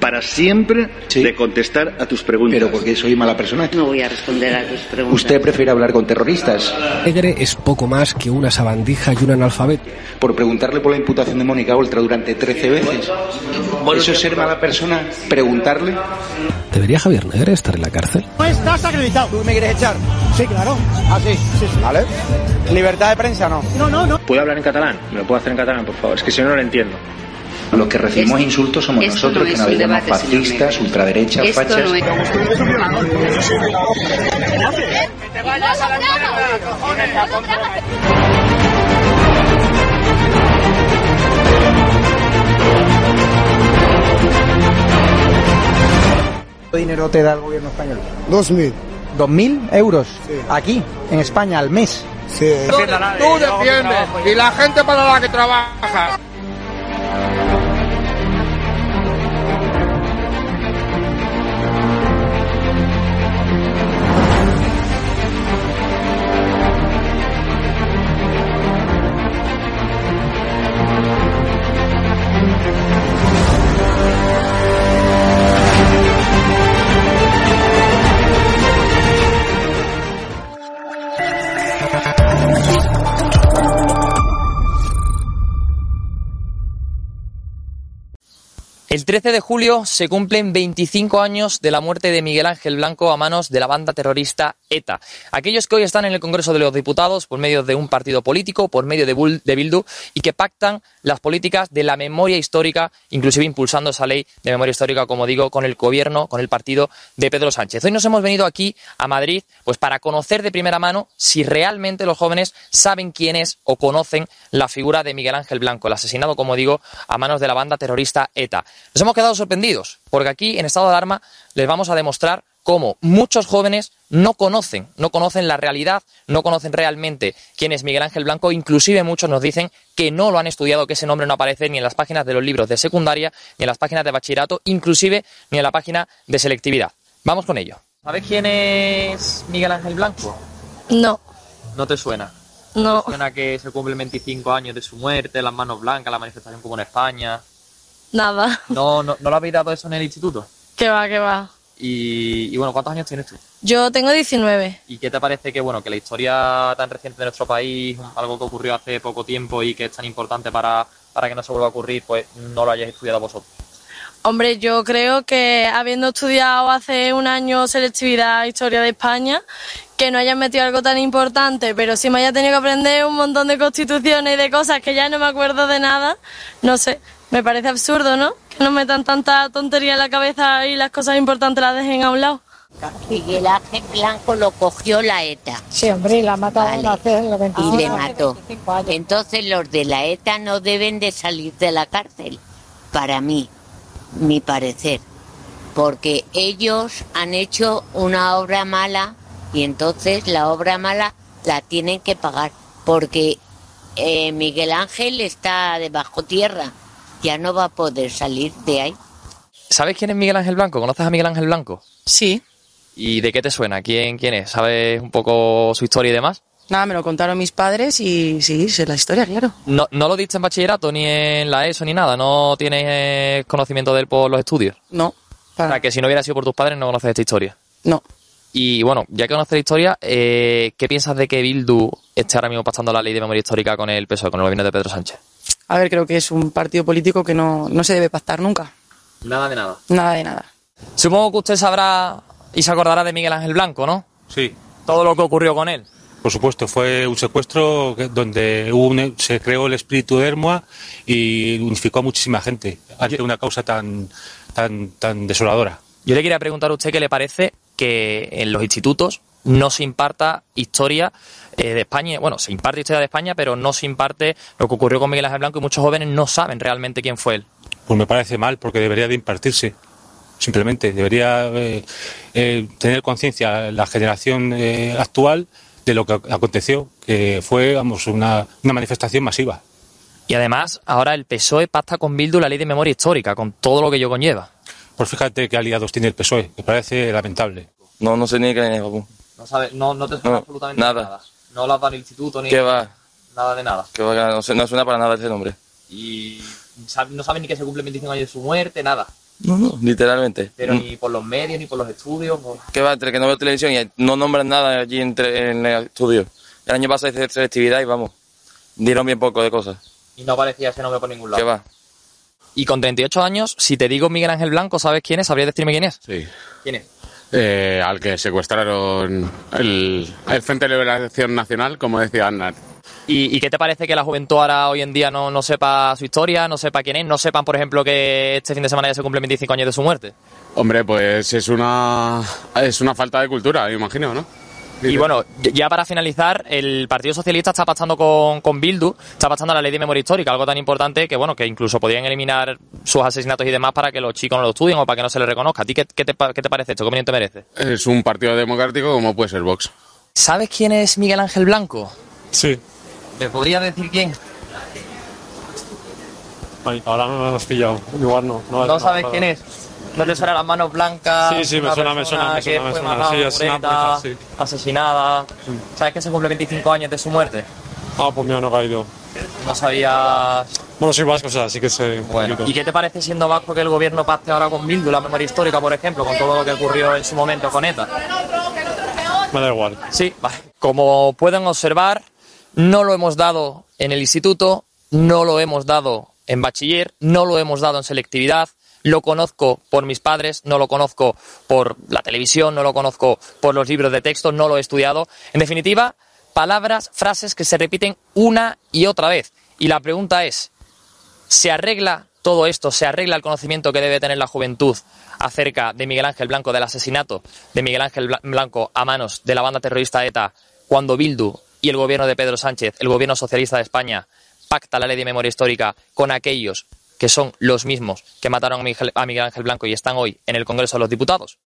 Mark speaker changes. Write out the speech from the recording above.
Speaker 1: para siempre
Speaker 2: Sí.
Speaker 1: de contestar a tus preguntas.
Speaker 2: Pero porque soy mala persona.
Speaker 3: No voy a responder a tus preguntas.
Speaker 2: Usted prefiere hablar con terroristas.
Speaker 4: Egre es poco más que una sabandija y un analfabeto.
Speaker 2: Por preguntarle por la imputación de Mónica Oltra durante 13 veces. ¿Eso es ser mala persona? ¿Preguntarle?
Speaker 4: ¿Debería Javier Negre estar en la cárcel?
Speaker 5: No estás acreditado. ¿Tú me quieres echar? Sí, claro. Ah, sí. ¿Vale? ¿Libertad de prensa no? No, no, no.
Speaker 6: ¿Puedo hablar en catalán? ¿Me lo puedo hacer en catalán, por favor? Es que si no, no lo entiendo.
Speaker 2: Los que recibimos
Speaker 3: Esto-
Speaker 2: insultos somos
Speaker 3: esto
Speaker 2: nosotros,
Speaker 3: no
Speaker 2: que
Speaker 3: es
Speaker 2: nos
Speaker 3: un
Speaker 2: llamamos
Speaker 3: debate, señor
Speaker 2: fascistas,
Speaker 3: Negre.
Speaker 2: ultraderechas,
Speaker 3: Esto
Speaker 2: fachas.
Speaker 3: no es...
Speaker 5: ¿Cuánto dinero te da el gobierno español? 2.000. ¿2.000 euros? Aquí, en España, al mes. Sí.
Speaker 7: Tú defiendes y la gente para la que trabajas.
Speaker 8: El 13 de julio se cumplen 25 años de la muerte de Miguel Ángel Blanco a manos de la banda terrorista ETA. Aquellos que hoy están en el Congreso de los Diputados por medio de un partido político, por medio de, Bul- de Bildu, y que pactan las políticas de la memoria histórica, inclusive impulsando esa ley de memoria histórica, como digo, con el gobierno, con el partido de Pedro Sánchez. Hoy nos hemos venido aquí a Madrid pues para conocer de primera mano si realmente los jóvenes saben quién es o conocen la figura de Miguel Ángel Blanco, el asesinado, como digo, a manos de la banda terrorista ETA. Nos hemos quedado sorprendidos, porque aquí en estado de alarma les vamos a demostrar cómo muchos jóvenes no conocen, no conocen la realidad, no conocen realmente quién es Miguel Ángel Blanco, inclusive muchos nos dicen que no lo han estudiado, que ese nombre no aparece ni en las páginas de los libros de secundaria, ni en las páginas de bachillerato, inclusive ni en la página de selectividad. Vamos con ello. ¿Sabes quién es Miguel Ángel Blanco?
Speaker 9: No,
Speaker 8: ¿No te suena?
Speaker 9: no,
Speaker 8: Suena que se cumplen 25 años de su muerte, las manos blancas, la manifestación como en España.
Speaker 9: nada.
Speaker 8: No, no, no lo habéis dado eso en el instituto.
Speaker 9: Que va, que va.
Speaker 8: Y, y bueno, ¿cuántos años tienes tú?
Speaker 9: Yo tengo 19.
Speaker 8: ¿Y qué te parece que bueno que la historia tan reciente de nuestro país, algo que ocurrió hace poco tiempo y que es tan importante para, para que no se vuelva a ocurrir, pues no lo hayáis estudiado vosotros?
Speaker 9: Hombre, yo creo que habiendo estudiado hace un año selectividad historia de España, que no hayan metido algo tan importante, pero sí me haya tenido que aprender un montón de constituciones y de cosas que ya no me acuerdo de nada, no sé, me parece absurdo, ¿no? Que no metan tanta tontería en la cabeza y las cosas importantes las dejen a un lado.
Speaker 3: Miguel Ángel Blanco lo cogió la ETA.
Speaker 9: Sí, hombre, la mataron
Speaker 3: Vale.
Speaker 9: hace los
Speaker 3: y le mató. Entonces los de la ETA no deben de salir de la cárcel, para mí, mi parecer, porque ellos han hecho una obra mala y entonces la obra mala la tienen que pagar, porque eh, Miguel Ángel está debajo tierra, ya no va a poder salir de ahí.
Speaker 8: ¿Sabes quién es Miguel Ángel Blanco? ¿Conoces a Miguel Ángel Blanco?
Speaker 10: Sí,
Speaker 8: ¿Y de qué te suena? ¿Quién, quién es? ¿Sabes un poco su historia y demás?
Speaker 10: nada, me lo contaron mis padres y sí, sé la historia, claro.
Speaker 8: No, no lo diste en bachillerato, ni en la ESO, ni nada. No tienes eh, conocimiento de él por los estudios.
Speaker 10: No,
Speaker 8: O sea, que si no hubiera sido por tus padres no conoces esta historia.
Speaker 10: no.
Speaker 8: Y bueno, ya que conoces la historia, eh, ¿qué piensas de que Bildu esté ahora mismo pasando la ley de memoria histórica con el PSOE, con el gobierno de Pedro Sánchez?
Speaker 10: A ver, creo que es un partido político que no, no se debe pactar nunca.
Speaker 8: Nada de nada.
Speaker 10: Nada de nada.
Speaker 8: Supongo que usted sabrá y se acordará de Miguel Ángel Blanco, ¿no?
Speaker 11: Sí,
Speaker 8: Todo lo que ocurrió con él.
Speaker 11: por supuesto, fue un secuestro que- donde hubo un- se creó el espíritu de Hermoa y unificó a muchísima gente ante una causa tan, tan, tan desoladora.
Speaker 8: Yo le quería preguntar a usted qué le parece que en los institutos no se imparta historia eh, de España, bueno, se imparte historia de España, pero no se imparte lo que ocurrió con Miguel Ángel Blanco y muchos jóvenes no saben realmente quién fue él.
Speaker 11: Pues me parece mal, porque debería de impartirse. Simplemente debería eh, eh, tener conciencia la generación eh, actual de lo que ac- aconteció, que fue vamos, una, una manifestación masiva.
Speaker 8: Y además, ahora el PSOE E pacta con Bildu la ley de memoria histórica, con todo lo que ello conlleva.
Speaker 11: Pues fíjate qué aliados tiene el PSOE, que parece lamentable.
Speaker 12: No, no sé ni qué es Japón.
Speaker 8: No sabes, no, no te
Speaker 12: suena No, absolutamente nada. nada.
Speaker 8: No lo has dado al instituto
Speaker 12: ¿Qué va?
Speaker 8: nada de nada.
Speaker 12: ¿Qué va? Que No, sé- no suena para nada ese nombre.
Speaker 8: Y no sabes ni que se cumplen 25 años de su muerte, nada.
Speaker 12: No, no, literalmente. Mm.
Speaker 8: por los medios, ni por los estudios.
Speaker 12: ¿Qué va? Entre que no veo televisión y no nombran nada allí entre, en el estudio. El año pasado hice selectividad y vamos, dieron bien poco de cosas.
Speaker 8: Y no aparecía ese nombre por ningún
Speaker 12: ¿Qué va?
Speaker 8: Y con 38 años, si te digo Miguel Ángel Blanco, ¿sabes quién es? ¿Sabrías decirme quién es?
Speaker 13: Sí.
Speaker 8: ¿Quién es?
Speaker 13: Eh, al que secuestraron el, el Frente de Liberación Nacional, como decía Aznar.
Speaker 8: ¿Y, y qué te parece que la juventud ahora hoy en día no, no sepa su historia, no sepa quién es, no sepan, por ejemplo, que este fin de semana ya se cumplen 25 años de su muerte?
Speaker 13: Hombre, pues es una, es una falta de cultura, me imagino, ¿no?
Speaker 8: Y bueno, ya- ya para finalizar, el Partido Socialista está pactando con, con Bildu, está pactando la ley de memoria histórica, algo tan importante que, bueno, que incluso podrían eliminar sus asesinatos y demás para que los chicos no lo estudien o para que no se les reconozca. ¿A ti qué, qué te, pa- qué te parece esto? ¿Qué opinión te merece?
Speaker 13: Es un partido democrático como puede ser Vox.
Speaker 8: ¿Sabes quién es Miguel Ángel Blanco?
Speaker 11: Sí.
Speaker 8: ¿Me podrías decir quién?
Speaker 14: ahora me has pillado. Igual no. No,
Speaker 8: ¿No sabes quién es? ¿No te suena las manos blancas?
Speaker 14: Sí, sí, me
Speaker 8: Una
Speaker 14: suena, me
Speaker 8: persona
Speaker 14: suena, me
Speaker 8: que
Speaker 14: suena, me
Speaker 8: fue
Speaker 14: suena.
Speaker 8: marcada
Speaker 14: Sí, es una
Speaker 8: bureta,
Speaker 14: bruja, sí.
Speaker 8: asesinada. ¿Sabes que se cumple 25 años de su muerte?
Speaker 14: Ah, pues mira, no he caído.
Speaker 8: No sabías...
Speaker 14: Bueno, soy vasco, o sea, sí que sé. un
Speaker 8: Bueno,
Speaker 14: poquito.
Speaker 8: ¿y qué te parece siendo vasco que el gobierno pacte ahora con Bildu la memoria histórica, por ejemplo, con todo lo que ocurrió en su momento con ETA?
Speaker 14: Me da igual.
Speaker 8: Sí, vale. Como pueden observar, no lo hemos dado en el instituto, no lo hemos dado en bachiller, no lo hemos dado en selectividad. Lo conozco por mis padres, no lo conozco por la televisión, no lo conozco por los libros de texto, no lo he estudiado. En definitiva, palabras, frases que se repiten una y otra vez. Y la pregunta es, ¿Se arregla todo esto? ¿Se arregla el conocimiento que debe tener la juventud acerca de Miguel Ángel Blanco, del asesinato de Miguel Ángel Bla- Blanco a manos de la banda terrorista ETA, cuando Bildu y el gobierno de Pedro Sánchez, el gobierno socialista de España, pacta la ley de memoria histórica con aquellos que son los mismos que mataron a Miguel- a Miguel Ángel Blanco y están hoy en el Congreso de los Diputados?